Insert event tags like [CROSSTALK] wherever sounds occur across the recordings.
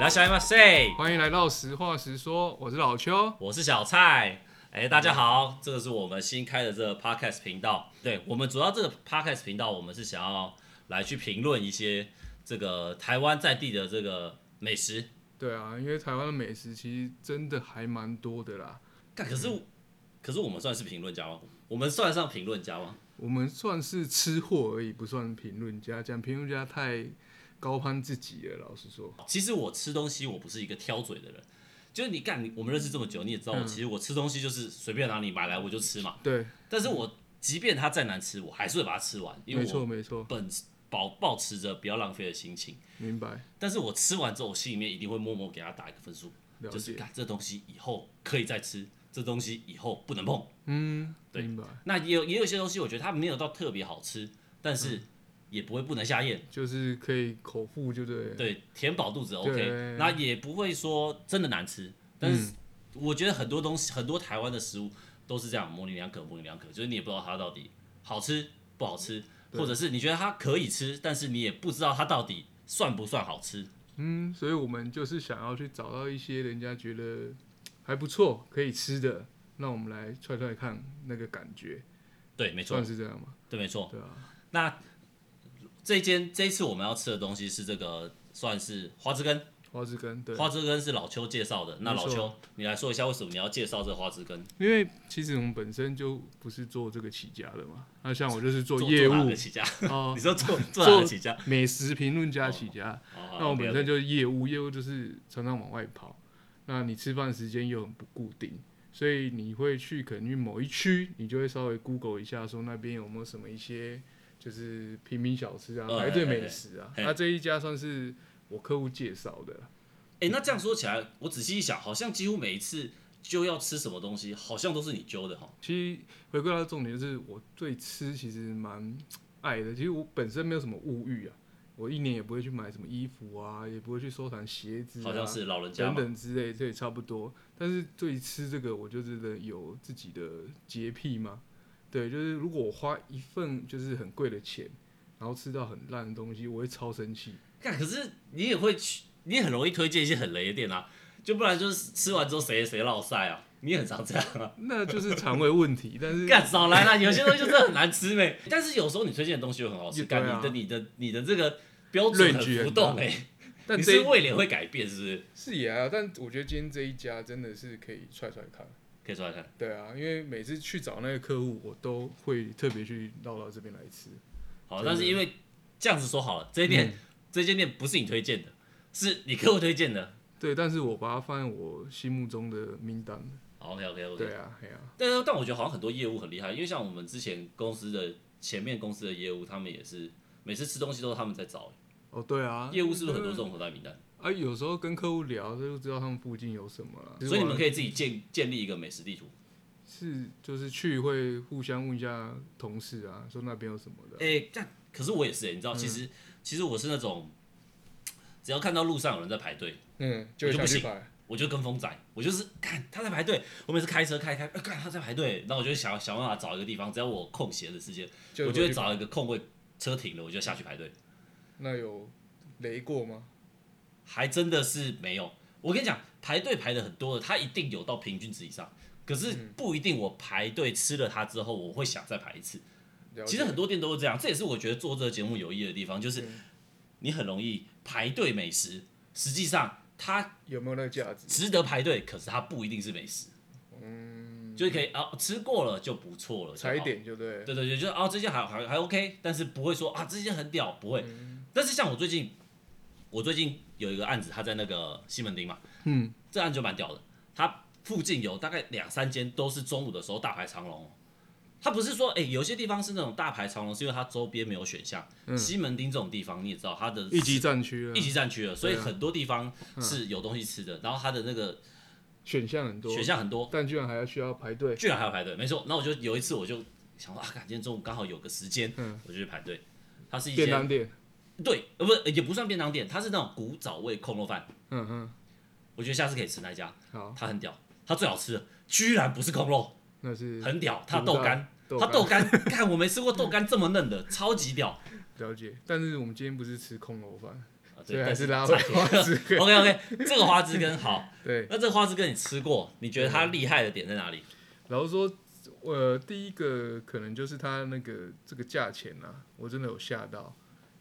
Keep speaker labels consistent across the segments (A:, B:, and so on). A: 拉小马塞，
B: 欢迎来到实话实说，我是老邱。
A: 我是小蔡。哎、大家好，这个是我们新开的这个 podcast 频道。对我们主要这个 podcast 频道，我们是想要来去评论一些这个台湾在地的这个美食。
B: 对啊，因为台湾的美食其实真的还蛮多的啦。
A: 但可
B: 嗯
A: 是可是我们算是评论家吗？我们算得上评论家吗？
B: 我们算是吃货而已，不算评论家。讲评论家太高攀自己了，老实说。
A: 其实我吃东西我不是一个挑嘴的人，就是你干，你我们认识这么久，你也知道我，
B: 嗯
A: 其实我吃东西就是随便哪里买来我就吃嘛。
B: 对，
A: 但是我即便它再难吃，我还是会把它吃完，因
B: 嗯没
A: 为
B: 错
A: 我
B: 没错，
A: 本保保持着不要浪费的心情。
B: 明白
A: 但是我吃完之后，我心里面一定会默默给它打一个分数，
B: 了
A: 就是
B: 解。
A: 干这东西以后可以再吃，这东西以后不能碰。
B: 嗯，
A: 对
B: 明白，
A: 那也有也有些东西，我觉得它没有到特别好吃，但
B: 嗯
A: 是也不会不能下咽。
B: 就是可以口腹就对了。
A: 对，填饱肚子 OK，
B: 对嗯
A: 那也不会说真的难吃。但是我觉得很多东西，很多台湾的食物都是这样模棱两可，模棱两可，就是你也不知道它到底好吃不好
B: 嗯
A: 吃，或者是你觉得它可以吃，但是你也不知道它到底算不算好吃。
B: 嗯，所以我们就是想要去找到一些人家觉得还不错可以吃的，那我们来踹踹看那个感觉，
A: 对，没错
B: 算，是这样吗？
A: 对，没错。
B: 嗯对啊，
A: 那这间这一次我们要吃的东西是这个，算是花枝根。
B: 花枝根对。
A: 花枝根是老邱介绍的。那
B: 没
A: 老
B: 错
A: 邱，你来说一下为什么你要介绍这花枝根？
B: 因为其实我们本身就不是做这个起家的嘛，那像我就是做
A: 做
B: 业务
A: 做哪个起家？
B: [LAUGHS] 哦
A: 你，说做做哪个起家？
B: 美食评论家起家。
A: 哦
B: 那我本身
A: 就
B: 就是业务，业务就是常常往外跑，那你吃饭时间又很不固定，所以你会去可能去某一区，你就会稍微 Google 一下，说那边有没有什么一些就是平民小吃啊、
A: 哦
B: 排队
A: 嘿嘿
B: 美食啊。
A: 嘿
B: 那这一家算是我客户介绍的，
A: 哎，那这样说起来，我仔细一想，好像几乎每一次揪要吃什么东西，好像都是你揪的哈。
B: 其实回归到重点，就是我对吃其实蛮爱的。其实我本身没有什么物欲啊，我一年也不会去买什么衣服啊，也不会去收藏鞋子、啊，
A: 好像是老人家
B: 等
A: 嘛。
B: 等之类，这也差不多。但是对于吃这个，我就真的有自己的洁癖嘛。对，就是如果我花一份就是很贵的钱，然后吃到很烂的东西，我会超生气。
A: 看，可是你也会去，你也很容易推荐一些很雷的店啊，就不然就是吃完之后谁谁落晒啊，你也很常这样啊。
B: 那就是肠胃问题，但是
A: 干少来啦，有些东西就是很难吃呗。 [LAUGHS] 但是有时候你推荐的东西又很好吃，
B: 也
A: 干
B: 对啊
A: 你的你的你的这个标准很
B: Range 很
A: 浮动哎、
B: 但
A: 你
B: 这
A: 是
B: 一
A: 味蕾会改变是不是？
B: 是也还好，但我觉得今天这一家真的是可以踹踹看。
A: 可以说来看，
B: 对啊，因为每次去找那个客户，我都会特别去绕到这边来吃。
A: 好，
B: 真的
A: 但是因为这样子说好了，这一店、这间店不是你推荐的，是你客户推荐的。
B: 对，但是我把它放在我心目中的名单。
A: 好，OK OK OK。
B: 对啊，对啊，
A: 但是但我觉得好像很多业务很厉害，因为像我们之前公司的前面公司的业务，他们也是每次吃东西都是他们在找、欸
B: 哦，对啊，
A: 业务是不是很多这种口袋名单？
B: 啊，有时候跟客户聊，他就知道他们附近有什么了。
A: 所以你们可
B: 以
A: 以自己建建立一个美食地图。
B: 是就是去会互相问一下同事啊，说那边有什么的。
A: 哎、但可是我也是、欸，你知道，其实、其实我是那种，只要看到路上有人在排队，
B: 嗯，
A: 就
B: 想
A: 不
B: 去
A: 行
B: 排。
A: 我就跟风仔，我就是看他在排队，我每次开车开一开，呃看、他在排队，然后我就想想办法找一个地方，只要我空闲的时间，我就
B: 会
A: 会
B: 去
A: 找一个空位，车停了我就下去排队，
B: 那有雷过吗？
A: 还真的是没有。我跟你讲，排队排的很多的，他一定有到平均值以上，可是不一定我排队吃了它之后，我会想再排一次。
B: 了
A: 其实
B: 解嗯
A: 很多店都是这样，这也是我觉得做这个节目有意义的地方，就是你很容易排队美食，实际上它
B: 有没有那个价值？
A: 值得排队，可是它不一定是美食。嗯，就是可以啊，吃过了就不错了，就好
B: 踩。点就对了。
A: 对对对，就是啊，这些还还还 OK，但是不会说啊，这些很屌，不会。但是像我最近，我最近有一个案子，他在那个西门町嘛，
B: 嗯，
A: 这案就蛮屌的。它附近有大概两三间都是中午的时候大排长龙哦。它不是说，哎、有些地方是那种大排长龙，是因为它周边没有选项。西门町这种地方你也知道，它的
B: 嗯一级战区啊
A: 一，级战区了，所以
B: 对啊
A: 很多地方是有东西吃的。然后它的那个
B: 选项很多，
A: 选项很多，
B: 但居然还要需要排队。
A: 居然还要排队，没错。那我就有一次我就想说啊，干今天中午刚好有个时间，
B: 嗯
A: 我就去排队。它是一
B: 便
A: 间
B: 当店，
A: 对，呃，不也不算便当店，它是那种古早味控肉饭。
B: 嗯嗯，
A: 我觉得下次可以吃那一家，
B: 好，
A: 它很屌，它最好吃的居然不是控肉，
B: 那是
A: 很屌，它
B: 独
A: 豆
B: 大
A: 干，
B: 嗯豆
A: 它
B: 干
A: 豆干，看我没吃过豆干这么嫩的，超级屌。
B: 了解。但是我们今天不是吃空楼饭， [LAUGHS]
A: 啊
B: 所以
A: 对，
B: 还
A: 但
B: 是
A: 是
B: 拉
A: 重
B: 回花
A: [LAUGHS]
B: 枝根。
A: OK OK，这个花枝根好，
B: 对，
A: 那这个花枝根你吃过，你觉得它厉害的点在哪里？
B: 然后说，呃，第一个可能就是它那个这个价钱啊，我真的有吓到，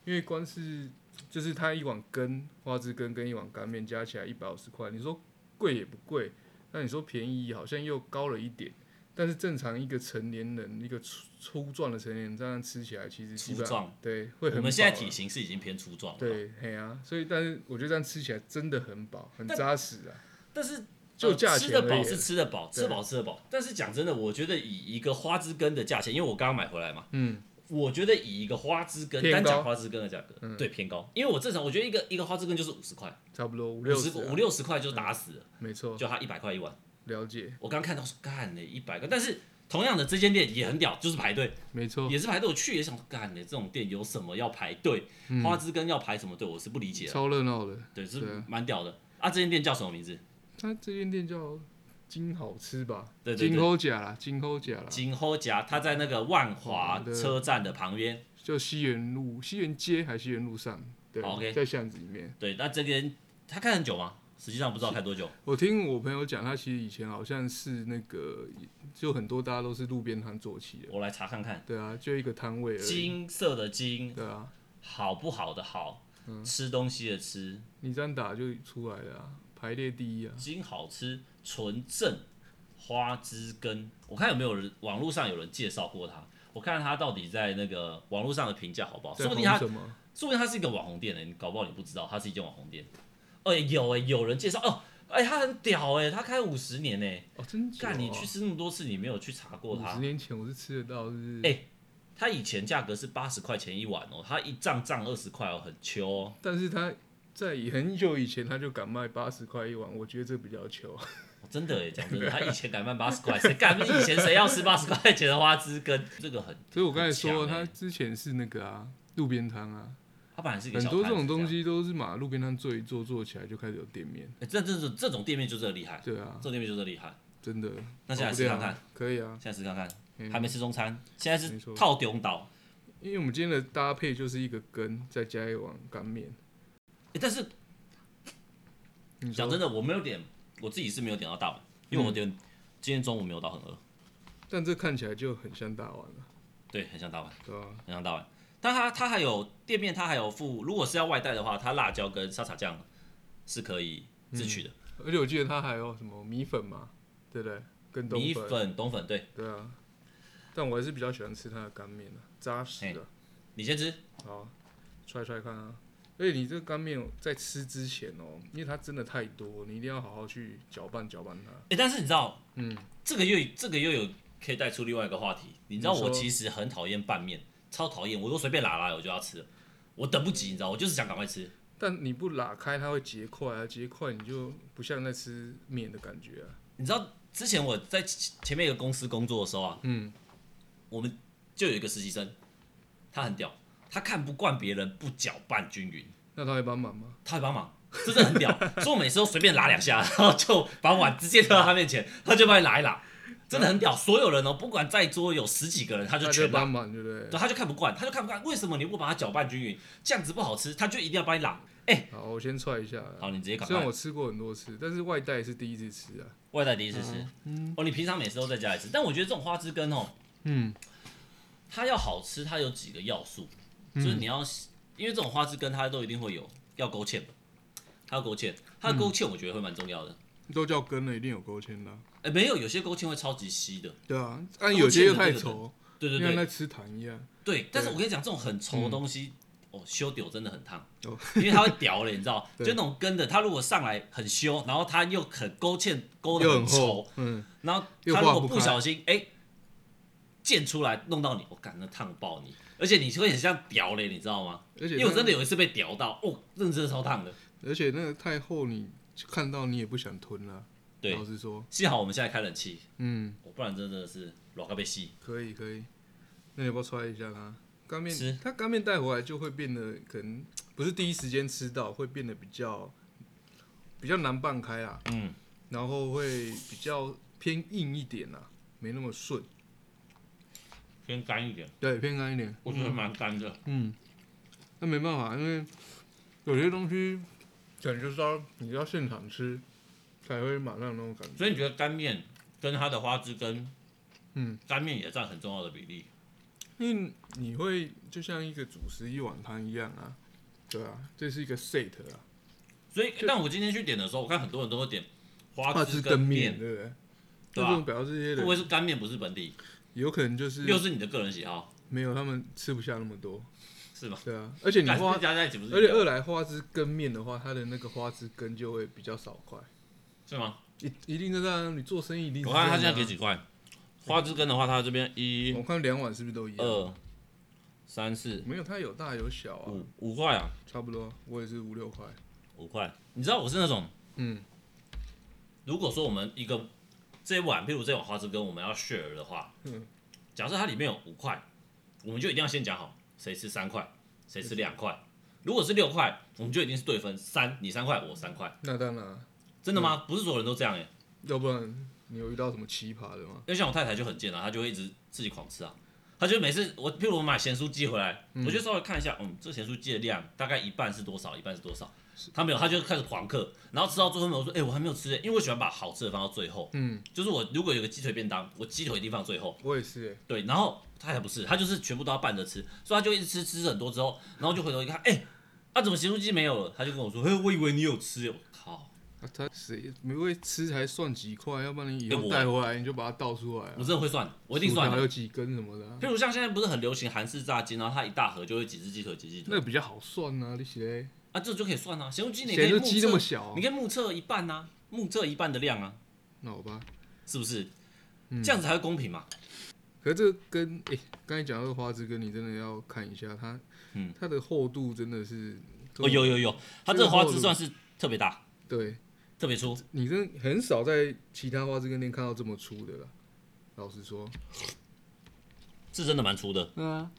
B: 因为光是就是它一碗羹花枝羹跟一碗干面加起来一百五十块，你说贵也不贵，那你说便宜好像又高了一点。但是正常一个成年人，一个粗粗壮的成年人，这样吃起来其实基本
A: 粗壮
B: 对会很
A: 我们现在
B: 饱啊
A: 体型是已经偏粗壮了，，
B: 对，嘿啊，所以但是我觉得这样吃起来真的很饱，很扎实啊。
A: 但是
B: 就
A: 呃
B: 价
A: 吃
B: 钱
A: 得
B: 而
A: 饱
B: 言
A: 是吃得饱，
B: 对
A: 吃饱吃得饱。但是讲真的，我觉得以一个花枝根的价钱，因为我刚刚买回来嘛，
B: 嗯，
A: 我觉得以一个花枝根
B: 偏
A: 单
B: 高嗯
A: 讲花枝根的价格，对偏高，因为我正常我觉得一个一个花枝根就是五十块，
B: 差不多五
A: 五
B: 六
A: 十
B: 十、
A: 五
B: 啊，嗯
A: 六十块就打死了，
B: 没错，
A: 就它一百块一碗。
B: 了解，
A: 我刚看到说干的一百个，但是同样的这间店也很屌，就是排队，
B: 没错，
A: 也是排队。我去也想说干的这种店有什么要排队？花枝根要排什么队？我是不理解的。
B: 超热闹的。
A: 对，是
B: 嗯对啊
A: 蛮屌的。啊，这间店叫什么名字？
B: 它这间店叫金好吃吧？
A: 对对对
B: 金抠甲啦，金抠甲啦，
A: 锦后夹，它在那个万华
B: 嗯对
A: 车站的旁边。
B: 就西园路、西园街还是西园路上？对
A: 好，OK
B: 在巷子里面。
A: 对，那这边他开很久吗？实际上不知道开多久。
B: 我听我朋友讲，他其实以前好像是那个，就很多大家都是路边摊做起的。
A: 我来查看看。
B: 对啊，就一个摊位而已。
A: 金色的金，
B: 对啊，
A: 好不好的好，
B: 嗯
A: 吃东西的吃，
B: 你这样打就出来了、啊，排列第一啊。
A: 金好吃，纯正花枝根。我看有没有人网络上有人介绍过它，我看它到底在那个网络上的评价好不好？
B: 在
A: 哦说不定
B: 红
A: 它，
B: 什么？
A: 说不定它是一个网红店欸呢、你搞不好你不知道，它是一间网红店。哎、有哎、有人介绍哦，哎、它很屌哎、它开五十年呢、
B: 哦，真假、啊？
A: 干，你去吃那么多次，你没有去查过
B: 五十
A: 它？
B: 年前我是吃得到，是不是？
A: 哎它以前价格是八十块钱一碗哦，它一涨涨二十块哦，很秋哦。
B: 但是他在很久以前他就敢卖八十块一碗，我觉得这比较糗。
A: 哦真的耶，讲真的，他以前敢卖八十块，谁敢？以前谁要吃八十块钱的花枝根？这个很，
B: 所以我刚才说
A: 很强
B: 他
A: 欸
B: 之前是那个啊路边摊啊，
A: 他本来是一个
B: 很
A: 小
B: 多这
A: 摊
B: 种
A: 子
B: 东
A: 样。
B: 西都是嘛路边摊做一做做起来就开始有店面。
A: 哎这这这这种店面就这厉害，
B: 对啊
A: 这，种店面就这厉害。
B: 真的。
A: 那现在
B: 跑不
A: 试看
B: 掉啊
A: 看，
B: 可以啊，
A: 现在吃看
B: 嗯
A: 看，还没吃中餐，现在
B: 没
A: 是
B: 错
A: 套顶岛。
B: 因为我们今天的搭配就是一个羹，再加一碗干面。
A: 哎但是
B: 你
A: 讲
B: 说，
A: 真的，我没有点，我自己是没有点到大碗，因为我点今天中午没有到很饿，
B: 但这看起来就很像大碗了，
A: 对，很像大碗，
B: 对吧、
A: 很像大碗。欸但它它还有店面，它还有附，如果是要外带的话，它辣椒跟沙茶酱是可以自取的，
B: 而且我记得它还有什么米粉嘛，对不对？跟冬
A: 米嗯粉、冬粉，对
B: 对啊，但我还是比较喜欢吃它的干面啊，扎实的。
A: 你先吃。
B: 好，踹踹看啊！而且你这个干面在吃之前哦，因为它真的太多，你一定要好好去搅拌搅拌它。
A: 哎、但是你知道，嗯，这个又这个又有可以带出另外一个话题。你知道
B: 你说
A: 我其实很讨厌拌面，超讨厌，我都随便拉拉我就要吃了，我等不及，你知道，我就是想赶快吃。
B: 但你不拉开，它会结块啊，结块你就不像在吃面的感觉啊。
A: 你知道之前我在前前面一个公司工作的时候啊，嗯，我们就有一个实习生，他很屌，他看不惯别人不搅拌均匀，
B: 那它会帮忙吗？
A: 他会帮忙。这真的很屌，所以我每次都随便拉两下，然后就把碗直接推到他面前，他就帮你拉一拉，真的很屌。所有人哦，不管在桌有十几个人，他就
B: 它
A: 全拉
B: 帮忙，对不对？
A: 对，他就看不惯，他就看不惯，为什么你不把它搅拌均匀？这样子不好吃，他就一定要帮你拉。
B: 好，我先踹一下啊。
A: 好，你直接赶
B: 虽然
A: 快
B: 我吃过很多次，但是外带是第一次吃啊。
A: 外带第一次吃。哦，你平常每次都在家里吃，但我觉得这种花枝根哦，
B: 嗯，
A: 它要好吃，它有几个要素，就是你要，因为这种花枝根它都一定会有要勾芡的，它要勾芡，它的勾芡我觉得会蛮重要的。
B: 都叫根了，一定有勾芡的啊、
A: 哎，没有，有些勾芡会超级稀的。
B: 对啊，但有些又太
A: 勾芡的
B: 稠，
A: 对对
B: 像
A: 对
B: 在吃糖一样。
A: 对，但是我跟你讲，这种很稠的东西，哦，修丢真的很烫
B: 嗯哦，
A: [LAUGHS] 因为它会掉了，你知
B: [LAUGHS]
A: 道，
B: 对
A: 就那种根的，它如果上来很修，然后它又很勾芡勾的
B: 又很
A: 稠
B: 厚，，嗯，
A: 然后
B: 又
A: 他
B: 化
A: 如果
B: 不
A: 不
B: 开
A: 小心哎溅出来弄到你，我感那烫爆你，而且你会很像屌嘞，你知道吗？
B: 而且
A: 因为我
B: 它
A: 真的有一次被屌到，哦，认真的超烫的。
B: 而且那个太厚，你看到你也不想吞了、啊
A: 对
B: 老实说，
A: 幸好我们现在开冷气，
B: 嗯，
A: 我不然真的是老该被吸。
B: 可以可以。那你要不要揣一下它？干面
A: 吃，
B: 它干面带回来就会变得可能不是第一时间吃到，会变得比较比较难拌开啦，
A: 嗯，
B: 然后会比较偏硬一点啦，没那么顺，
A: 偏干一点，
B: 对，偏干一点。嗯
A: 我觉得蛮干的。
B: 那没办法，因为有些东西感觉就是要你要现场吃才会马上那种感觉。
A: 所以你觉得干面跟它的花枝羹，
B: 嗯，
A: 干面也占很重要的比例。
B: 因为你会就像一个主食一碗汤一样啊，对啊，这是一个 set 啊，
A: 所以，但我今天去点的时候，我看很多人都会点花枝
B: 枝
A: 羹
B: 羹
A: 面，
B: 对不对？
A: 对
B: 那这
A: 吧
B: 种？表示这些
A: 会不会
B: 人
A: 是干面不是本地？
B: 有可能就是
A: 又是你的个人喜好，
B: 没有他们吃不下那么多，
A: 是吗？
B: 对啊，而且你
A: 干
B: 花
A: 面，加在一起不是
B: 而
A: 一
B: 且
A: 样
B: 二来花枝羹面的话，它的那个花枝羹就会比较少块，
A: 是吗？
B: 一一定是这样，你做生意一定是
A: 我
B: 这样
A: 看
B: 啊。
A: 他现在给几块？花枝羹的话，他这边一
B: 我看两碗是不是都一样？
A: 二三四
B: 没有，它有大有小啊，
A: 五五块啊，
B: 差不多，我也是五六块。
A: 五块。你知道我是那种，
B: 嗯，
A: 如果说我们一个这一碗，譬如这碗花枝羹，我们要 share 的话，
B: 嗯，
A: 假设它里面有五块，我们就一定要先讲好谁吃三块，谁吃两块。如果是六块，我们就一定是对分，三你三块，我三块。
B: 那当然啊，
A: 真的吗？不是所有人都这样哎、欸，
B: 要不然你有遇到什么奇葩的吗？
A: 因为像我太太就很贱啊，她就会一直自己狂吃啊。她就每次我，譬如我买咸酥鸡回来，我就稍微看一下，嗯，这咸酥鸡的量大概一半是多少，一半是多少。她没有，她就开始狂嗑，然后吃到最后面，我说，哎、我还没有吃、欸，因为我喜欢把好吃的放到最后。
B: 嗯，
A: 就是我如果有个鸡腿便当，我鸡腿一定放最后。
B: 我也是、欸，
A: 对，然后她还不是，她就是全部都要拌着吃，所以她就一直吃吃很多之后，然后就回头一看，哎、那、怎么咸酥鸡没有了？她就跟我说，嘿，我以为你有吃欸，我靠，
B: 啊、他谁每位吃才算几块，要不然你以
A: 哎
B: 后
A: 我
B: 带回来你就把它倒出来、啊
A: 我。真的会算，我一定
B: 薯
A: 算
B: 条
A: 的。
B: 有几根什么的啊、
A: 譬如像现在不是很流行韩式炸鸡，然后它一大盒就会几只鸡腿，几只鸡
B: 那
A: 腿
B: 个比较好算啊，那些
A: 啊，这就可以算啊。咸肉鸡你可
B: 咸
A: 以
B: 猪
A: 目
B: 鸡那么
A: 测，
B: 小啊、
A: 你可以目测一半啊，目测一半的量啊，
B: 那好吧。
A: 是不是？
B: 嗯
A: 这样子才会公平嘛。
B: 可是这个跟哎，刚、才讲到的花枝羹，你真的要看一下它，
A: 嗯
B: 它的厚度真的是，
A: 哦，有有有，它这个花枝算是特别大，
B: 对，
A: 特别粗。
B: 你真的很少在其他花枝羹店看到这么粗的啦。老实说，
A: 是真的蛮粗的，
B: 嗯、啊，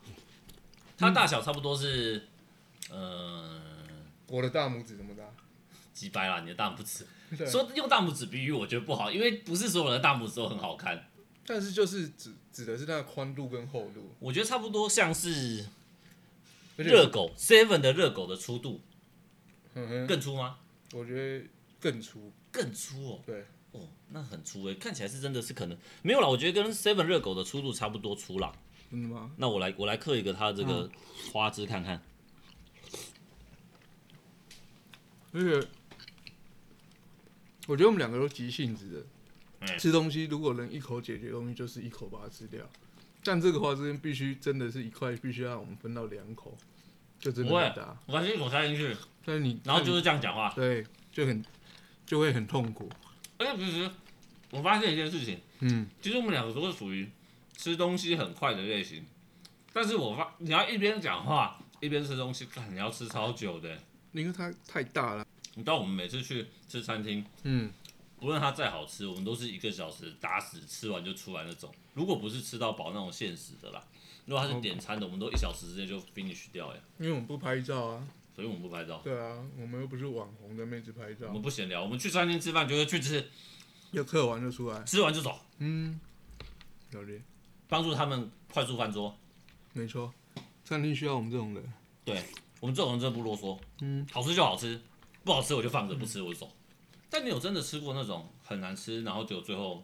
A: 它大小差不多是，呃，
B: 我的大拇指这么大，
A: 几百啦，你的大拇指。
B: 对
A: 说用大拇指比喻，我觉得不好，因为不是所有人的大拇指都很好看。
B: 但是就是指指的是它的宽度跟厚度，
A: 我觉得差不多像是
B: 而
A: 热
B: 且
A: 狗 Seven 的热狗的粗度
B: 嗯哼，
A: 更粗吗？
B: 我觉得更粗，
A: 更粗哦。
B: 对，
A: 哦，那很粗诶、看起来是真的是可能没有啦。我觉得跟 Seven 热狗的粗度差不多粗啦。
B: 真的吗？
A: 那我来我来刻一个它这个花枝看看，
B: 而且我觉得我们两个都急性子的，
A: 嗯
B: 吃东西如果能一口解决东西，就是一口把它吃掉。但这个花枝羹必须真的是一块，必须要让我们分到两口，就真的
A: 不会
B: 很大。
A: 我把这一口塞进去，
B: 但是你，
A: 然后就
B: 但
A: 是这样讲话。
B: 你对，就很就会很痛苦。
A: 而且其实我发现一件事情，
B: 嗯，
A: 其实我们两个都是属于吃东西很快的类型，但是我发你要一边讲话一边吃东西，看你要吃超久的欸、
B: 因为它太大了。
A: 你知道我们每次去吃餐厅，
B: 嗯，
A: 不论它再好吃，我们都是一个小时打死吃完就出来那种。如果不是吃到饱那种现实的啦，如果它是点餐的，我们都一小时之内就 finish 掉呀。
B: 因为我们不拍照啊。
A: 所以我们不拍照，
B: 对啊，我们又不是网红的妹子拍
A: 我
B: 照
A: 们，不闲聊，我们去餐厅吃饭就是去吃，
B: 要刻完就出来。
A: 吃完就走，
B: 嗯，了解，
A: 帮助他们快速翻桌。
B: 没错，餐厅需要我们这种人。
A: 我们这种人真的不啰嗦，
B: 嗯，
A: 好吃就好吃，不好吃我就放着不吃我就走。但你有真的吃过那种很难吃，然后就最后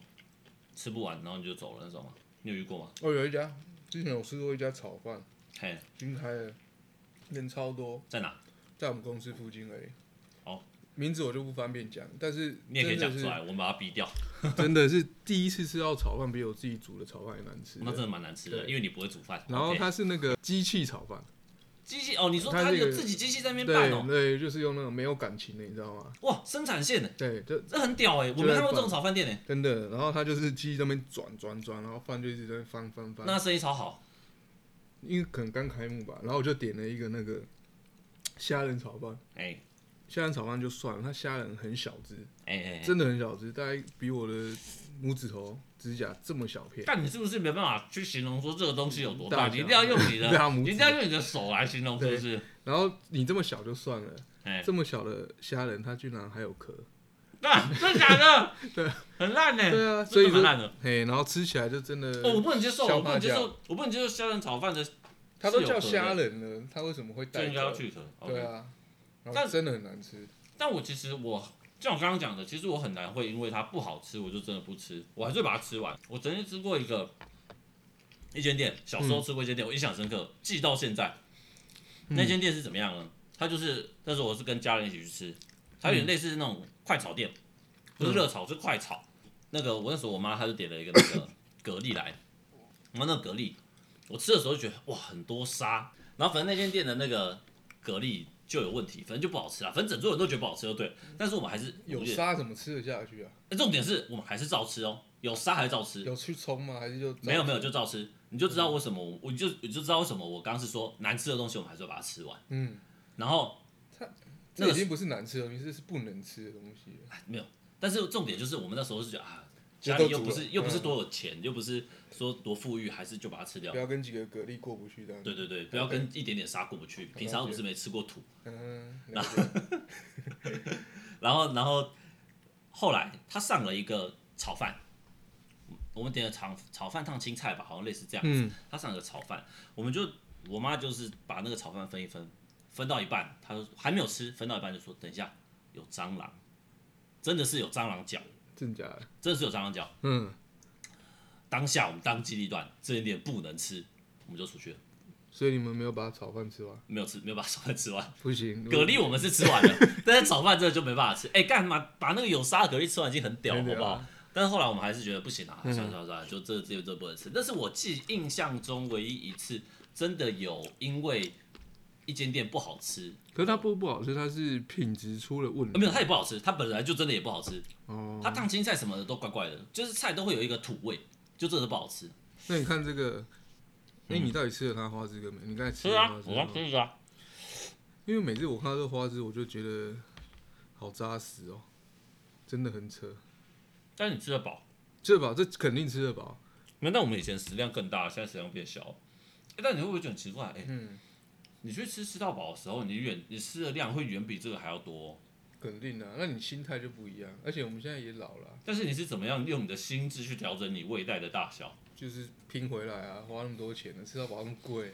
A: 吃不完，然后你就走了那种吗？你有遇过吗？
B: 哦，有一家之前有吃过一家炒饭，
A: 嘿，
B: 新开的，人超多，
A: 在哪？
B: 在我们公司附近而已。
A: 哦，
B: 名字我就不方便讲，但是
A: 你也可以
B: 真
A: 讲
B: 的
A: 出
B: 是
A: 来，我们把它逼掉。 [LAUGHS]
B: 真的是第一次吃到炒饭比我自己煮的炒饭还难吃的。
A: 那真的蛮难吃的，
B: 对
A: 因为你不会煮饭。
B: 然后
A: OK
B: 它是那个机器炒饭，
A: 机器哦，你说
B: 它
A: 他
B: 是一个
A: 有自己机器在那边
B: 对
A: 办哦，
B: 对，就是用那种没有感情的，你知道吗？
A: 哇，生产线呢，
B: 对，就
A: 这很屌哎，我
B: 就
A: 没
B: 在
A: 看过
B: 办
A: 这种炒饭店呢。
B: 真的，然后他就是机器在那边转转转，然后饭就一直在那边翻翻翻。
A: 那生意超好，
B: 因为可能刚开幕吧，然后我就点了一个那个虾仁炒饭，
A: 哎
B: 虾仁炒饭就算了，它虾仁很小只，
A: 哎哎，哎
B: 真的很小只，大概比我的拇指头指甲这么小片。
A: 但你是不是没办法去形容说这个东西有多大？
B: 大
A: 你
B: 小
A: 一定要用
B: [LAUGHS]
A: 你的
B: 大，拇指
A: 你一定要用你的手来形容，是不是？
B: 然后你这么小就算了，
A: 哎，
B: 这么小的虾仁它居然还有壳，
A: 那真的假的？
B: [LAUGHS] 对，
A: 很烂呢。
B: 对啊，所
A: 真
B: 以
A: 的蛮
B: 就
A: 烂的。
B: 嘿，然后吃起来就真的，
A: 哦，我不能接受，
B: 消
A: 我不能
B: 化
A: 接
B: 掉
A: 受，我不能接受虾仁炒饭的
B: 它都
A: 是有
B: 叫
A: 壳的
B: 虾仁了，它为什么会
A: 就
B: 带
A: 应该要
B: 壳？
A: 去壳。OK，
B: 对啊，然
A: 但
B: 后真的很难吃。
A: 但我其实我就像我刚刚讲的，其实我很难会因为它不好吃，我就真的不吃，我还是会把它吃完。我曾经吃过一个一间店，小时候吃过一间
B: 嗯
A: 店，我印象深刻，记到现在。那间店是怎么样呢？它就是那时候我是跟家人一起去吃，它有点类似那种快炒店，
B: 嗯
A: 不是热炒，是快炒。那个我那时候我妈她就点了一个那
B: [COUGHS]
A: 个蛤蜊来，然后那个蛤蜊，我吃的时候就觉得哇很多沙，然后反正那间店的那个蛤蜊就有问题，反正就不好吃啊，反正整桌人都觉得不好吃就对了。但是我们还是
B: 嗯有
A: 我觉得
B: 沙怎么吃得下去啊？
A: 哎重点是我们还是照吃哦，有沙还是照吃，
B: 有去冲吗？还是就
A: 没有没有就照吃，你就知道为什么我我就你就知道为什么我刚刚是说难吃的东西我们还是会把它吃完，
B: 嗯，
A: 然后那
B: 这
A: 个
B: 已经不是难吃的东西，这是不能吃的东西。啊
A: 哎没有，但是重点就是我们那时候是觉得啊。
B: 就
A: 家
B: 都
A: 里又
B: 煮
A: 不
B: 了
A: 是又不是
B: 嗯
A: 多有钱，又不是说多富裕，还是就把它吃掉
B: 不。要跟几个蛤蜊过不去这样。
A: 对，对对，不要跟一点点沙过不去。平常我们是没吃过土，
B: 嗯，了解
A: [LAUGHS] 然后然后后来他上了一个炒饭，我们点了炒炒饭烫青菜吧，好像类似这样子。
B: 嗯
A: 他上了个炒饭，我们就我妈就是把那个炒饭分一分，分到一半，她就还没有吃，分到一半就说等一下有蟑螂，真的是有蟑螂脚，
B: 真假的？
A: 真的是有蟑螂脚。
B: 嗯，
A: 当下我们当机立断，这一点不能吃，我们就出去了，
B: 所以你们没有把炒饭吃完，
A: 没有吃，没有把炒饭吃完。
B: 不行。
A: 蛤蜊我们是吃完了，
B: 嗯
A: 但是炒饭真的就没办法吃。哎、干嘛把那个有沙的蛤蜊吃完已经很屌了，
B: 真
A: 好
B: 的
A: 不好
B: 啊？嗯
A: 但是后来我们还是觉得不行啊，算了算了算了，就这这这不能吃。那是我记印象中唯一一次真的有因为一间店不好吃，
B: 可是它不不好吃，它是品质出了问
A: 呃没
B: 题。
A: 有它也不好吃，它本来就真的也不好吃，
B: 哦，
A: 它烫青菜什么的都怪怪的，就是菜都会有一个土味，就真的不好吃。
B: 那你看这个，哎，你到底吃了它花枝跟没？你刚才吃了花枝吗？
A: 嗯吃啊，
B: 因为每次我看到这个花枝，我就觉得好扎实哦，真的很扯。
A: 但是你吃得饱。
B: 吃得饱，这肯定吃得饱。
A: 没有，那我们以前食量更大，现在食量变小。哎、但你会不会觉得很奇怪？哎、
B: 嗯
A: 你去吃吃到饱的时候，你远你吃的量会远比这个还要多哦、
B: 肯定啊，那你心态就不一样，而且我们现在也老了啊，
A: 但是你是怎么样用你的心智去调整你胃袋的大小？
B: 就是拼回来啊，花那么多钱呢，吃到饱那么贵，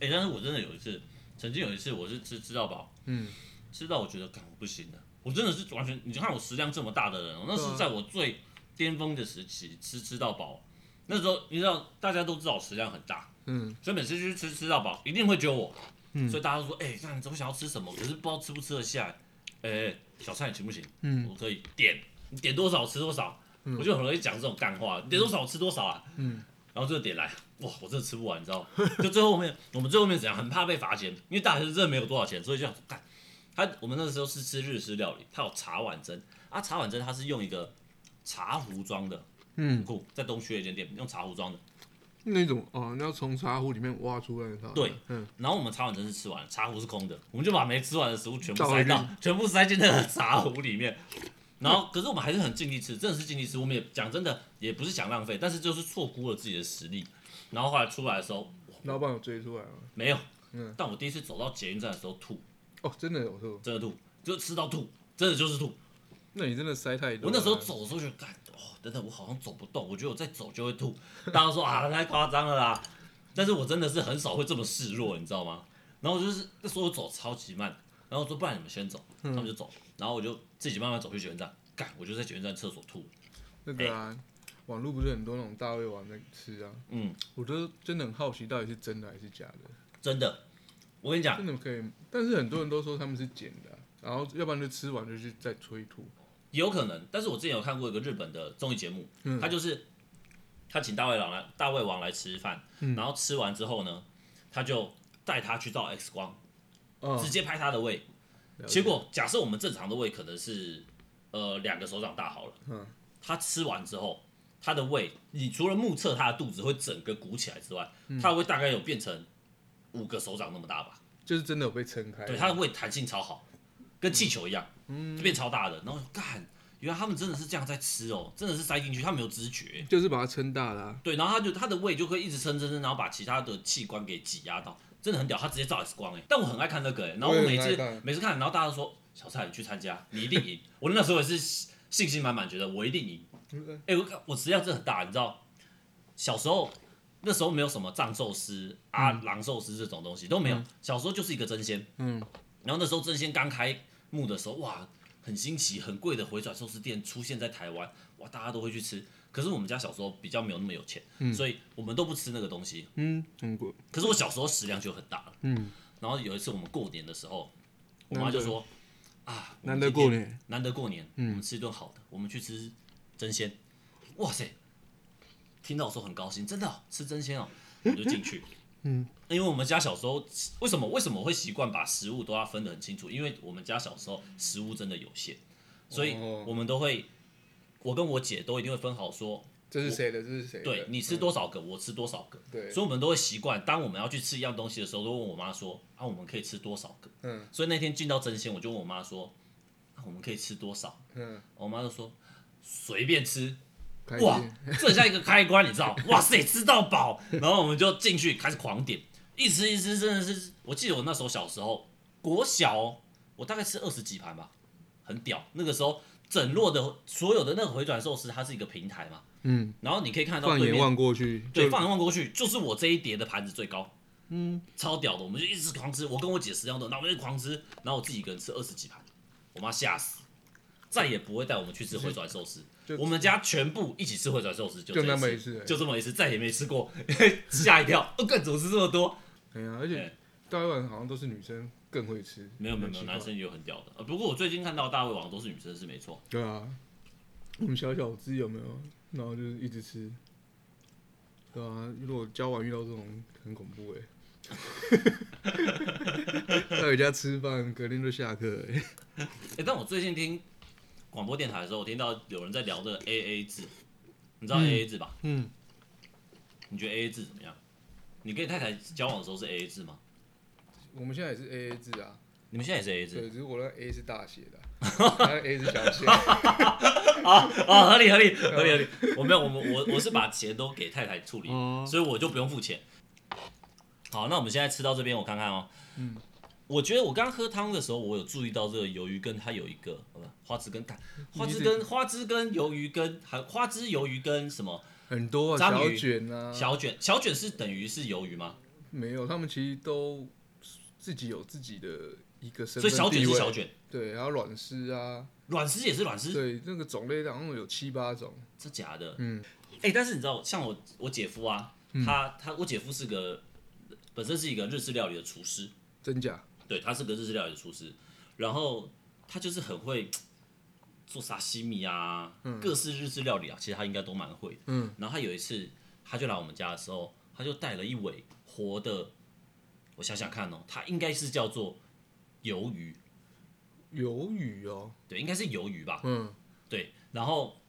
A: 哎、但是我真的有一次，曾经有一次我是吃吃到饱，
B: 嗯，
A: 吃到我觉得，干我不行了，我真的是完全，你就看我食量这么大的人哦，那
B: 对
A: 是
B: 啊
A: 在我最巅峰的时期吃吃到饱。那时候你知道，大家都知道我食量很大，
B: 嗯，
A: 所以每次去吃吃到饱，一定会揪我。
B: 嗯
A: 所以大家都说，哎、那你怎么想要吃什么？可是不知道吃不吃得下来。哎、哎小菜你行不行？
B: 嗯，
A: 我可以点，你点多少吃多少。我就很容易讲这种干话，你点多少吃多少啊。
B: 嗯，
A: 然后就点来，哇，我真的吃不完，你知道吗？就最后面，我们最后面怎样？很怕被罚钱，因为大学生真的没有多少钱，所以就想说干。他我们那时候是吃日式料理，它有茶碗蒸啊，茶碗蒸它是用一个茶壶装的，
B: 嗯
A: 很酷，在东区的一间店用茶壶装的。
B: 那种哦，那要从茶壶里面挖出来的茶。
A: 对，
B: 嗯，
A: 然后我们茶碗真是吃完了，茶壶是空的，我们就把没吃完的食物全部
B: 倒回
A: 塞
B: 去
A: 到，全部塞进那个茶壶里面。然后，可是我们还是很尽力吃，真的是尽力吃。我们也讲真的，也不是想浪费，但是就是错估了自己的实力。然后后来出来的时候
B: 老板有追出来吗？
A: 没有
B: 嗯，
A: 但我第一次走到捷运站的时候吐，
B: 哦，真的有时候，
A: 真的吐，就吃到吐，真的就是吐。
B: 那你真的塞太多
A: 我
B: 了。
A: 那时候走的时候觉得，干哦，等等，我好像走不动，我觉得我再走就会吐。大家说啊，太夸张了啦。但是我真的是很少会这么示弱，你知道吗？然后我就是那时候我走超级慢，然后我说不然你们先走，他
B: 嗯
A: 们就走，然后我就自己慢慢走去捷运站，干，我就在捷运站厕所吐。
B: 那
A: 哎
B: 个啊，网络不是很多那种大胃王在吃啊，
A: 嗯，
B: 我都真的很好奇到底是真的还是假的，
A: 真的，我跟你讲，
B: 真的可以，但是很多人都说他们是捡的啊、然后要不然就吃完就去再催吐。
A: 有可能，但是我之前有看过一个日本的综艺节目，
B: 嗯
A: 他就是他请大胃王来大胃王来吃饭，
B: 嗯
A: 然后吃完之后呢，他就带他去照 X 光，
B: 哦
A: 直，接拍他的胃。
B: 了
A: 结
B: 解
A: 果假设我们正常的胃可能是呃两个手掌大好了，
B: 嗯
A: 他吃完之后，他的胃，你除了目测他的肚子会整个鼓起来之外，
B: 嗯
A: 他的胃大概有变成五个手掌那么大吧。
B: 就是真的有被撑开。
A: 对，它的胃弹性超好，跟气球一样，
B: 嗯
A: 就变超大的。然后我就干，原来他们真的是这样在吃哦，真的是塞进去，他没有知觉。
B: 就是把它撑大啊啦、
A: 对，然后他就他的胃就会一直撑撑撑，然后把其他的器官给挤压到，真的很屌。他直接照 X 光哎、但我很爱看那个哎、然后
B: 我也
A: 每
B: 很爱
A: 次
B: 看
A: 每次看，然后大家都说小蔡你去参加，你一定赢。 [LAUGHS] 我那时候也是信心满满，觉得我一定赢。
B: 嗯
A: 哎、我我食量真的很大，你知道，小时候那时候没有什么藏寿司啊、狼寿司这种东西都没有，小时候就是一个真鲜。
B: 嗯，
A: 然后那时候正鲜刚开幕的时候，哇，很新奇，很贵的回转寿司店出现在台湾，哇，大家都会去吃。可是我们家小时候比较没有那么有钱，所以我们都不吃那个东西。
B: 嗯，中国，
A: 可是我小时候食量就很大了，
B: 嗯，
A: 然后有一次我们过年的时候，我
B: 难
A: 妈
B: 得
A: 就说啊，我
B: 难
A: 们
B: 得
A: 今天
B: 过年，嗯
A: 难得过年，我们吃一顿好的，我们去吃真鲜。哇塞，听到我说很高兴，真的哦、吃真鲜哦，我就进
B: [LAUGHS]
A: 去。嗯，因为我们家小时候为什么为什么会习惯把食物都要分得很清楚？因为我们家小时候食物真的有限，所以
B: 哦
A: 我们都会，我跟我姐都一定会分好说，
B: 这是谁的？这是谁的？嗯
A: 对你吃多少个，我吃多少个。
B: 对
A: 所以我们都会习惯，当我们要去吃一样东西的时候，都问我妈说：“啊，我们可以吃多少个？”
B: 嗯，
A: 所以那天进到真鲜，我就问我妈说：“啊，我们可以吃多少
B: 嗯，？”
A: 我妈就说：“随便吃。”
B: 开
A: 哇
B: 心，
A: 这很像一个开关，你知道？哇塞，吃到饱！然后我们就进去开始狂点，一吃一吃，真的是，我记得我那时候小时候国小哦、我大概吃二十几盘吧，很屌。那个时候整摞的所有的那个回转寿司，它是一个平台嘛，
B: 嗯，
A: 然后你可以看得到
B: 放
A: 对
B: 眼
A: 面
B: 望过去，
A: 对，
B: 就
A: 放眼望过去，就是我这一碟的盘子最高，嗯，超屌的，我们就一直狂吃，我跟我姐食量都很大，然后我们就狂吃，然后我自己一个人吃二十几盘，我妈吓死，再也不会带我们去吃回转寿司
B: 就，
A: 我们家全部一起吃回转寿司，就
B: 就那么
A: 一
B: 一次而已
A: 就这么一次，再也没吃过， [LAUGHS] 吓一跳，我干，怎么吃这么多？
B: 哎呀，而且
A: 哎
B: 大胃王好像都是女生更会吃，
A: 没有没有
B: 很
A: 没有，
B: 奇怪
A: 男生也有很屌的，呃不过我最近看到大胃王都是女生是没错，
B: 对啊，我们小小资有没有？然后就是一直吃，对啊，如果交往遇到这种很恐怖
A: [LAUGHS]
B: 哎、欸，在回家吃饭，隔天就下课哎、
A: 哎，但我最近听广播电台的时候，我听到有人在聊这个 A A 制，你知道 A A 制吧？
B: 嗯，
A: 你觉得 A A 制怎么样？你跟你太太交往的时候是 A A 制吗？
B: 我们现在也是 A A 制啊，
A: 你们现在也是 A A 制
B: 对，只是我的 A 是大写的
A: [LAUGHS]
B: 啊，他的 A 是小写的。
A: 啊？哦，合理合理合理合理。我没有，我们我我是把钱都给太太处理，
B: 哦
A: 所以我就不用付钱。好，那我们现在吃到这边，我看看哦。嗯，我觉得我刚喝汤的时候，我有注意到这个鱿鱼羹，它有一个呃不花枝羹，干花枝羹、花枝羹、鱿鱼羹，还花枝鱿鱼羹什么
B: 很多、啊、
A: 章
B: 小
A: 鱼
B: 卷啊，
A: 小卷？小卷是等于是鱿鱼吗？
B: 没有，他们其实都自己有自己的一个身
A: 所以
B: 份
A: 小卷
B: 地
A: 是
B: 位
A: 小，卷，
B: 对，还有软丝啊，
A: 软丝也是软丝，
B: 对，那个种类好像有七八种，
A: 这假的？
B: 嗯，
A: 哎、但是你知道，像我我姐夫啊，他他我姐夫是个本身是一个日式料理的厨师，
B: 真假？
A: 对他是个日式料理的厨师，然后他就是很会做沙西米啊，各式日式料理啊，其实他应该都蛮会的。
B: 嗯，
A: 然后他有一次他就来我们家的时候，他就带了一尾活的，我想想看哦，它应该是叫做鱿鱼，
B: 鱿鱼哦，
A: 对，应该是鱿鱼吧，
B: 嗯
A: 对，然后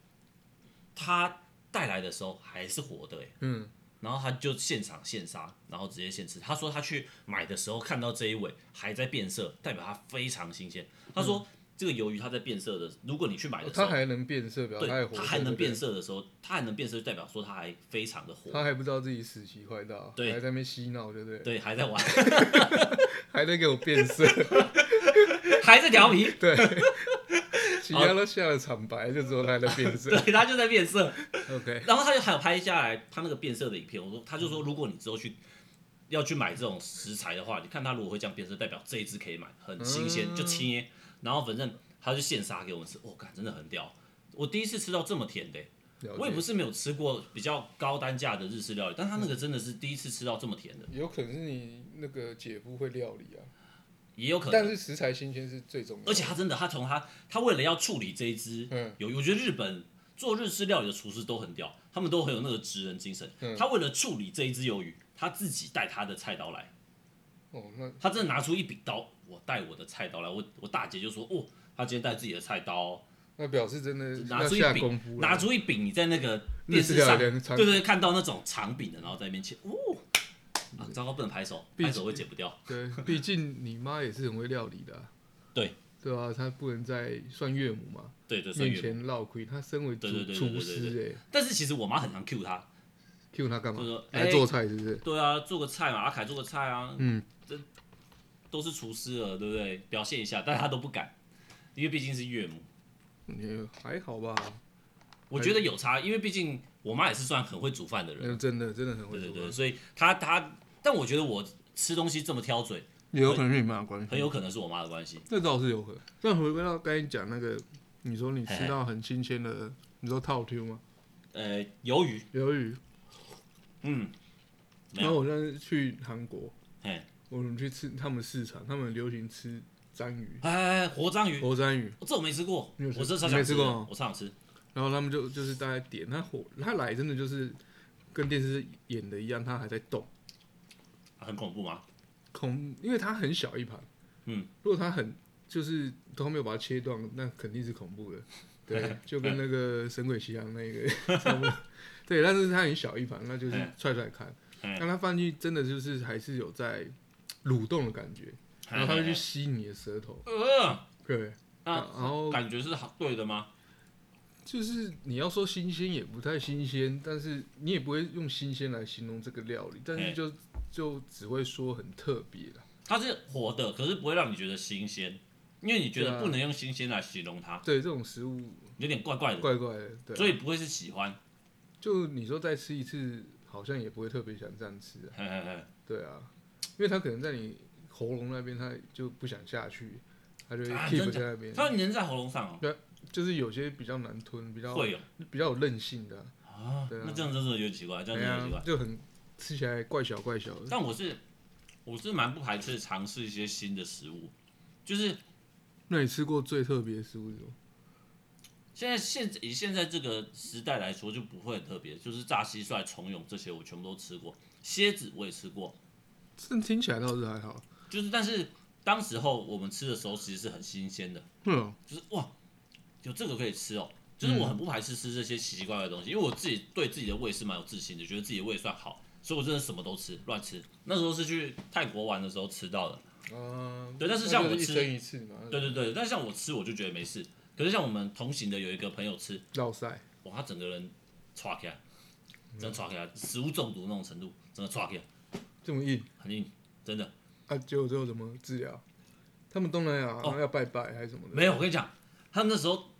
A: 他带来的时候还是活的、欸，
B: 嗯，
A: 然后他就现场现杀，然后直接现吃。他说他去买的时候看到这一尾还在变色，代表它非常新鲜。他说、这个鱿鱼它在变色的，如果你去买的时
B: 嗯哦它
A: 候，
B: 还能变色，表示它还
A: 对
B: 活着，
A: 它还能变
B: 色，
A: 色的时候，它还能变色，就代表说它还非常的
B: 它
A: 活，
B: 还不知道自己死期快到，
A: 对
B: 还在那边嬉闹，对不对？
A: 对，还在玩， [LAUGHS]
B: 还在给我变色，
A: 还在调皮，
B: [LAUGHS] 对，其
A: 啊
B: 他都下了惨白，就只有它还在
A: [LAUGHS]
B: 变色。
A: 对，它就在变色。
B: OK，
A: 然后他就还有拍下来他那个变色的影片，我说他就说，如果你之后去要去买这种食材的话，你看它如果会这样变色，代表这一只可以买，很新鲜，
B: 嗯
A: 就切。然后反正他就现杀给我们吃，我、哦、感真的很屌。我第一次吃到这么甜的欸、
B: 了
A: 我也
B: 解
A: 不是没有吃过比较高单价的日式料理，但他那个真的是第一次吃到这么甜的，
B: 有可能是你那个姐夫会料理啊，
A: 也有可
B: 但
A: 能。
B: 是食材新鲜是最重要的。
A: 而且他真的，他从他他为了要处理这一只
B: 嗯
A: 有，我觉得日本做日式料理的厨师都很屌，他们都很有那个职人精神。
B: 嗯
A: 他为了处理这一只鱿鱼，他自己带他的菜刀来，
B: 哦，那
A: 他真的拿出一柄刀，我带我的菜刀来。我我大姐就说，哦，他今天带自己的菜刀哦，
B: 那表示真的
A: 拿
B: 要
A: 出一
B: 下功
A: 柄，
B: 夫啊
A: 拿
B: 了。
A: 出一柄，你在那个
B: 日
A: 电
B: 式
A: 视
B: 料
A: 上，
B: 理
A: 对
B: 的长
A: 对，对看到那种长柄的，然后在那边切，哦。啊，糟糕，不能拍手，
B: 毕
A: 拍手会剪不掉。
B: 对，毕竟你妈也是很会料理的啊、
A: 对
B: 对啊，她不能在算岳母嘛
A: 对对，所
B: 面
A: 以，
B: 前闹亏，她身为主
A: 对对对对
B: 厨
A: 对对
B: 师
A: 但是其实我妈很常 cue 他，
B: 哎，Q 她干嘛
A: 就说？
B: 来
A: 哎
B: 做菜是不是？
A: 对啊，做个菜嘛，阿凯做个菜啊，
B: 嗯，
A: 这都是厨师了，对不对？表现一下，但他都不敢，因为毕竟是岳母。
B: 也还好吧，
A: 我觉得有差，因为毕竟我妈也是算很会煮饭的人，
B: 那真的真的很
A: 对
B: 会
A: 对
B: 做
A: 对，
B: 饭。
A: 所以她她，但我觉得我吃东西这么挑嘴，
B: 也有可能是你们俩关系，
A: 很有可能是我妈的关系。
B: 这倒是有可能。但回归到刚才讲那个，你说你吃到很新鲜的，你说套 Q 吗？
A: 呃，鱿鱼，
B: 鱿鱼。
A: 嗯，没
B: 然后
A: 有，
B: 我上次去韩国，
A: 嘿，
B: 我们去吃他们市场，他们流行吃章鱼、
A: 哎哎，哎活章鱼，
B: 活章鱼，
A: 这我没吃过，
B: 你有吃
A: 我这超
B: 你没
A: 想
B: 吃
A: 吃
B: 过
A: 的
B: 哦，
A: 我超想吃。
B: 然后他们就就是大概点它火，它来真的就是跟电视演的一样，它还在动，
A: 啊很恐怖吗？
B: 恐，因为它很小一盘，
A: 嗯，
B: 如果它很就是都没有把它切断，那肯定是恐
A: [LAUGHS]
B: 怖的，对，就跟那个《神鬼奇航》那个差不多，对，但是它很小一盘，那就是
A: 嗯
B: 踹踹看，
A: 嗯
B: 但它放进去真的就是还是有在蠕动的感
A: 嗯
B: 觉，然后它会去吸你的舌头，
A: 呃，
B: 对，
A: 那
B: 然后
A: 感觉是好对的吗？
B: 就是你要说新鲜也不太新鲜，但是你也不会用新鲜来形容这个料理，但是
A: 嘿
B: 就就只会说很特别啦。
A: 它是活的，可是不会让你觉得新鲜，因为你觉
B: 对
A: 得
B: 啊
A: 不能用新鲜来形容它，
B: 对，这种食物
A: 有点怪怪的，
B: 怪怪的，对啊。
A: 所以不会是喜欢。
B: 就你说再吃一次，好像也不会特别想这样吃啊。
A: 嘿嘿嘿，
B: 对啊，因为它可能在你喉咙那边，它就不想下去，它就会
A: 啊
B: keep
A: 真的
B: 在那边。
A: 它粘在喉咙上
B: 就是有些比较难吞，比
A: 哦，
B: 较
A: 会有
B: 比较有韧性的
A: 啊，
B: 啊，对啊
A: 那这样真的有点奇怪，这样
B: 哎
A: 真的有点奇怪
B: 呀。，就很吃起来怪小怪小的。
A: 但我是我是蛮不排斥尝试一些新的食物，就是
B: 那你吃过最特别的食物是什么？
A: 现在现以现在这个时代来说就不会很特别，就是炸蟋蟀、虫蛹这些我全部都吃过，蝎子我也吃过，
B: 这听起来倒是还好。
A: 就是但是当时候我们吃的时候其实是很新鲜的，
B: 嗯，
A: 就是哇有这个可以吃哦，就是我很不排斥吃这些奇奇怪怪的东西，因为我自己对自己的胃是蛮有自信的，觉得自己的胃算好，所以我真的什么都吃，乱吃。那时候是去泰国玩的时候吃到的。
B: 嗯，
A: 对但是像我
B: 那就
A: 吃
B: 是一生一次嘛，
A: 对对对，但像我吃我就觉得没事，可是像我们同行的有一个朋友吃，
B: 绕塞，
A: 哇，他整个人垮起来，真的垮起来，食物中毒那种程度，真的垮起来，
B: 这么硬
A: 很硬，真的
B: 啊，结果最后怎么治疗？他们东南亚好像要拜拜还是什么的？
A: 哦没有。我跟你讲，他们那时候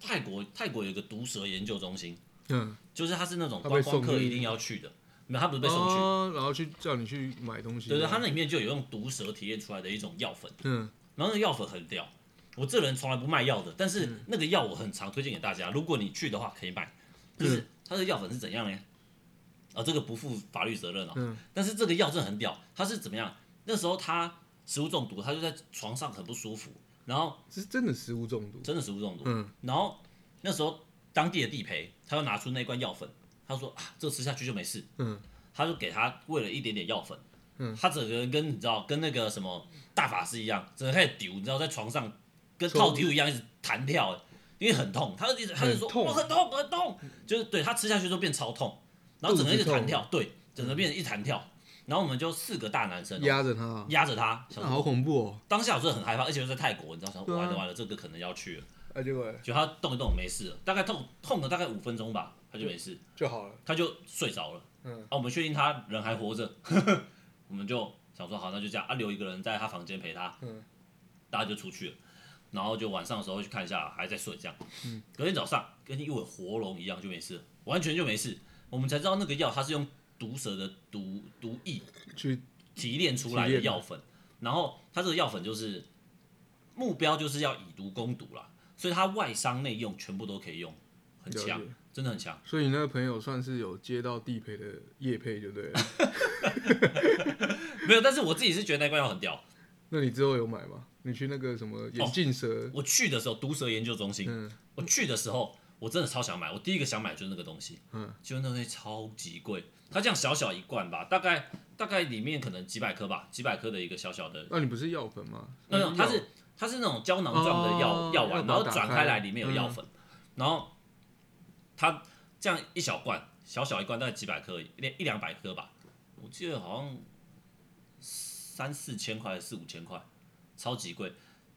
A: 泰国泰国有一个毒蛇研究中心，
B: 嗯，
A: 就是他是那种
B: 他被
A: 观光
B: 送
A: 客
B: 去
A: 一定要去的，没有他不是被送去，
B: 哦，然后去叫你去买东西，
A: 对对，它那里面就有用毒蛇提炼出来的一种药粉，
B: 嗯，
A: 然后那个药粉很屌。我这人从来不卖药的，但是那个药我很常推荐给大家，如果你去的话可以买。就是它的药粉是怎样呢？啊、这个不负法律责任哦。
B: 嗯
A: 但是这个药真的很屌，它是怎么样？那时候他食物中毒，他就在床上很不舒服，然后
B: 是真的食物中毒，
A: 真的食物中毒。
B: 嗯
A: 然后那时候当地的地陪，他就拿出那罐药粉，他说啊，这吃下去就没事。
B: 嗯，
A: 他就给他喂了一点点药粉，
B: 嗯，
A: 他整个人跟你知道跟那个什么大法师一样，整个开始丢，你知道在床上跟
B: 抽
A: 套丢一样一直弹跳，欸因为很痛，他就一直他就说
B: 很痛
A: 我很痛很痛，就是对他吃下去都变超痛，然后整个一直
B: 肚子痛嗯
A: 弹跳，对，整个变成一弹跳，然后我们就四个大男生哦
B: 压着它，
A: 压着他，想
B: 那
A: 说
B: 好恐怖哦。
A: 当下我真的很害怕，而且又在泰国，你知道想
B: 对啊
A: 说完了完了，这个可能要去了，
B: 啊，结果
A: 就他动一动没事了，大概痛痛了大概五分钟吧，他就没事，
B: 就好了，
A: 他就睡着了。
B: 嗯
A: 啊，我们确定他人还活着， [LAUGHS] 我们就想说好，那就这样啊，留一个人在他房间陪他。
B: 嗯，
A: 大家就出去了，然后就晚上的时候去看一下，还在睡这样。嗯，隔天早上跟一尾活龙一样就没事了，完全就没事。我们才知道那个药它是用毒蛇的毒毒液
B: 去
A: 提炼出来
B: 提
A: 的
B: 炼的
A: 药粉，然后它这个药粉就是目标就是要以毒攻毒啦，所以它外伤内用全部都可以用，很
B: 了
A: 强
B: 解，
A: 真的很强。
B: 所以你那个朋友算是有接到地陪的业配，就对了。 [LAUGHS]
A: 没有，但是我自己是觉得那罐药很屌，
B: 那你之后有买吗？你去那个什么眼镜蛇，
A: 我去的时候，毒蛇研究中心，
B: 嗯
A: 我去的时候，我真的超想买。我第一个想买就是那个东西，
B: 嗯，
A: 就那东西超级贵。它这样小小一罐吧，大概大概里面可能几百颗吧，几百颗的一个小小的，
B: 那你不是药粉吗？
A: 没有，
B: 药
A: 它是它是那种胶囊状的药、
B: 嗯哦
A: 药丸，
B: 要
A: 然
B: 把它
A: 后
B: 打
A: 转
B: 开
A: 开来里面有
B: 嗯
A: 药粉，然后它这样一小罐，小小一罐大概几百颗而已，一两一两百颗吧，我记得好像三四千块，四五千块，超级贵。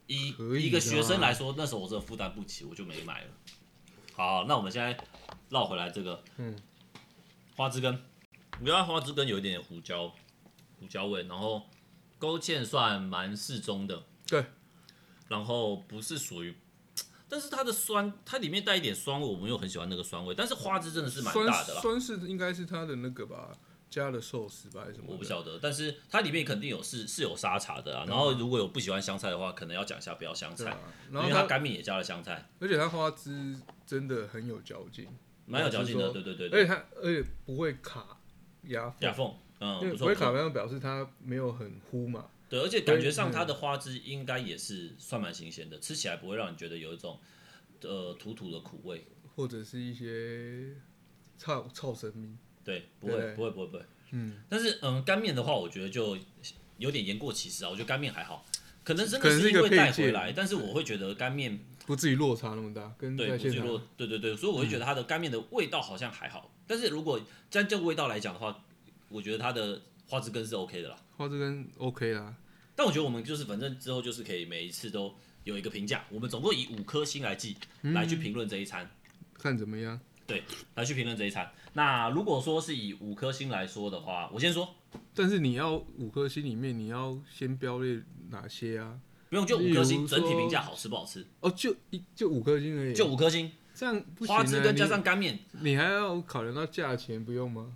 A: 一
B: 可以
A: 一个
B: 的
A: 学生
B: 啊
A: 来说，那时候我真的负担不起，我就没买了。好，那我们现在绕回来这个，
B: 嗯，
A: 花枝根，我觉得它花枝根有一点点胡椒胡椒味，然后勾芡算蛮适中的，
B: 对，
A: 然后不是属于，但是它的酸，它里面带一点酸味，我们又很喜欢那个酸味，但是花枝真的是蛮
B: 酸
A: 大的啦，
B: 酸是应该是它的那个吧，加了寿司吧，还是什么的？
A: 我不晓得，但是它里面肯定有是是有沙茶的啊。然后如果有不喜欢香菜的话，可能要讲一下不要香
B: 对
A: 菜，
B: 啊，
A: 因
B: 然后
A: 为它
B: 它，
A: 干面也加了香菜，
B: 而且它花枝真的很有嚼劲，
A: 蛮有嚼劲的。
B: 老实
A: 对对对
B: 而
A: 对，
B: 且它而且不会卡牙缝
A: 牙，缝，嗯，
B: 因为
A: 不
B: 不
A: 错
B: 会
A: 不
B: 卡，
A: 错
B: 那就表示它没有很糊嘛。
A: 对，而且感觉
B: 对
A: 上
B: 嗯
A: 它的花枝应该也是算蛮新鲜的，吃起来不会让你觉得有一种呃土土的苦味。
B: 或者是一些超超生命，
A: 对，不会
B: 对
A: 不会不会不会。
B: 嗯，
A: 但是嗯，干面的话，我觉得就有点言过其实啊。我觉得干面还好，可能真
B: 可
A: 的
B: 能是一
A: 因
B: 个
A: 为带
B: 配件
A: 回来，但是我会觉得干面
B: 不至于落差那么大，跟
A: 对，
B: 在
A: 不
B: 现
A: 坠落
B: 场，
A: 对对对，所以我会觉
B: 嗯
A: 得它的干面的味道好像还好，但是如果单就味道来讲的话，我觉得它的花枝根是 OK 的啦。
B: 花枝根 OK 啦，
A: 但我觉得我们就是反正之后就是可以每一次都有一个评价，我们总共以五颗星来计
B: 嗯
A: 来去评论这一餐，
B: 看怎么样。
A: 来去评论这一餐。那如果说是以五颗星来说的话，我先说
B: 但是你要五颗星里面，你要先标列哪些啊？
A: 不用就五颗
B: 例
A: 星，
B: 如
A: 整体评价
B: 说
A: 好吃不好吃，
B: 哦，就一就五颗星而已，
A: 就五颗星，
B: 这样不行、啊。
A: 花枝根加
B: 你
A: 上干面，
B: 你还要考量到价钱，不用吗？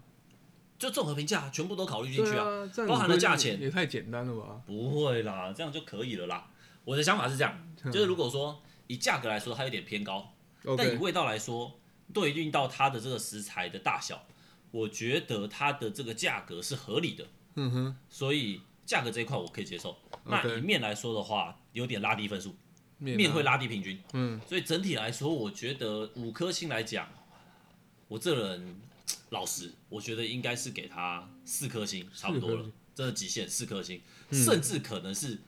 A: 就综合评价全部都考虑进去
B: 对
A: 啊。
B: 啊，这样
A: 包含了价钱
B: 也太简单了吧？
A: 不会啦，这样就可以了啦。我的想法是这样，就是如果说以价格来说，它有点偏高，但以
B: 嗯 OK，
A: 味道来说，对应到它的这个食材的大小，我觉得它的这个价格是合理的，
B: 嗯哼，
A: 所以价格这一块我可以接受。那
B: OK
A: 以面来说的话，有点拉低分数，
B: 面啊
A: 面
B: 面
A: 会，拉低平均，
B: 嗯，
A: 所以整体来说，我觉得五颗星来讲，我这人老实，我觉得应该是给他四颗星，差不多
B: 四颗
A: 了
B: 星，嗯
A: 真的极限四颗星，甚至可能是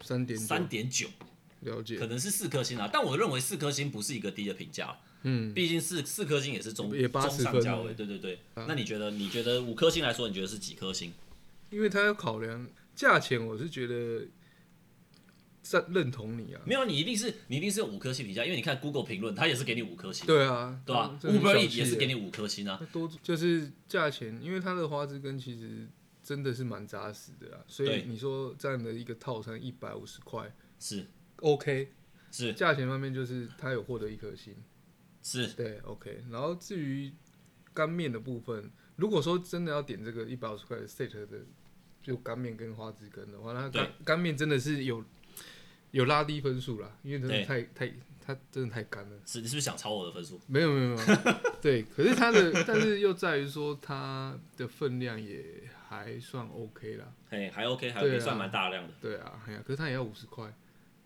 B: 三点九
A: 三点九，
B: 嗯了解
A: 可，能是四颗星啊。但我认为四颗星不是一个低的评价，
B: 嗯，
A: 毕竟四四颗星也是中
B: 也
A: 中
B: 80
A: 上
B: 分
A: 价
B: 了啊
A: 位。对对对，那你觉得？你觉得五颗星来说，你觉得是几颗星？
B: 因为他要考量价钱，我是觉得赞认同你啊，
A: 没有，你一定是你一定是有五颗星评价，因为你看 Google 评论，它也是给你五颗星，
B: 对啊，
A: 对吧
B: 这很
A: ？Uber
B: 小
A: E
B: 气
A: 也是
B: 耶
A: 给你五颗星啊。
B: 那多就是价钱，因为它的花枝根其实真的是蛮扎实的啦，所
A: 对
B: 以你说这样的一个套餐一百五十块
A: 是
B: ，OK，
A: 是
B: 价钱方面就是它有获得一颗星，
A: 是，
B: 对，OK。然后至于干面的部分，如果说真的要点这个一百五十块的 set 的，就干面跟花枝羹的话，那干干面真的是有有拉低分数啦，因为真
A: 对
B: 的太太它真的太干了。
A: 是你是不是想抄我的分数？
B: 没有没有没有，对，可是它的但是又在于说它的分量也还算 OK 啦，
A: 嘿，还 OK，还
B: 对
A: OK，
B: 啊
A: 算蛮大量的，
B: 对啊，哎呀，可是它也要五十块，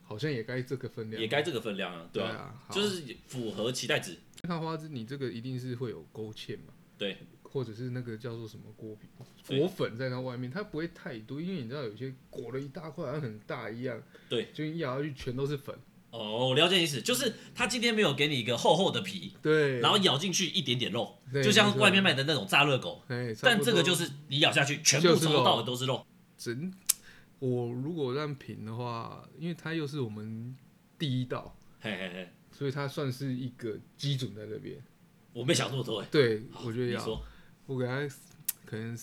B: 好像也该这个分量，
A: 也该这个分量啊，
B: 对
A: 对啊，
B: 啊，好
A: 就是符合期待值。
B: 看花枝，你这个一定是会有勾芡嘛？
A: 对，
B: 或者是那个叫做什么锅皮
A: 对
B: 裹粉在它外面，它不会太多，因为你知道有些裹了一大块，好像很大一样。
A: 对，
B: 就一咬下去全都是粉。
A: 哦，我了解意思，就是他今天没有给你一个厚厚的皮，
B: 对，
A: 然后咬进去一点点肉，
B: 对
A: 就像
B: 没错
A: 外面卖的那种炸热狗，
B: 哎，差不
A: 但
B: 多
A: 这个就是你咬下去，全部
B: 就是
A: 从头
B: 肉
A: 到尾都是肉。
B: 整。我如果让品的话，因为它又是我们第一道，
A: 嘿嘿嘿，
B: 所以它算是一个基准在这边。
A: 我没想这么多哎，
B: 对，啊我觉得
A: 你
B: 要，
A: 说
B: 我给它可能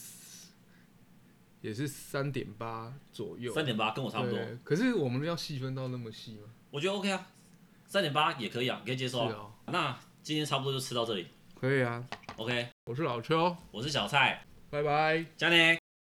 B: 也是三点八左右，
A: 三点八跟我差不多，
B: 对。可是我们要细分到那么细吗？
A: 我觉得 OK 啊，三点八也可以啊，可以接
B: 是
A: 受啊。
B: 哦，
A: 那今天差不多就吃到这里
B: 可以啊。
A: ，OK，
B: 我是老邱，
A: 我是小蔡，
B: 拜拜。
A: 加内。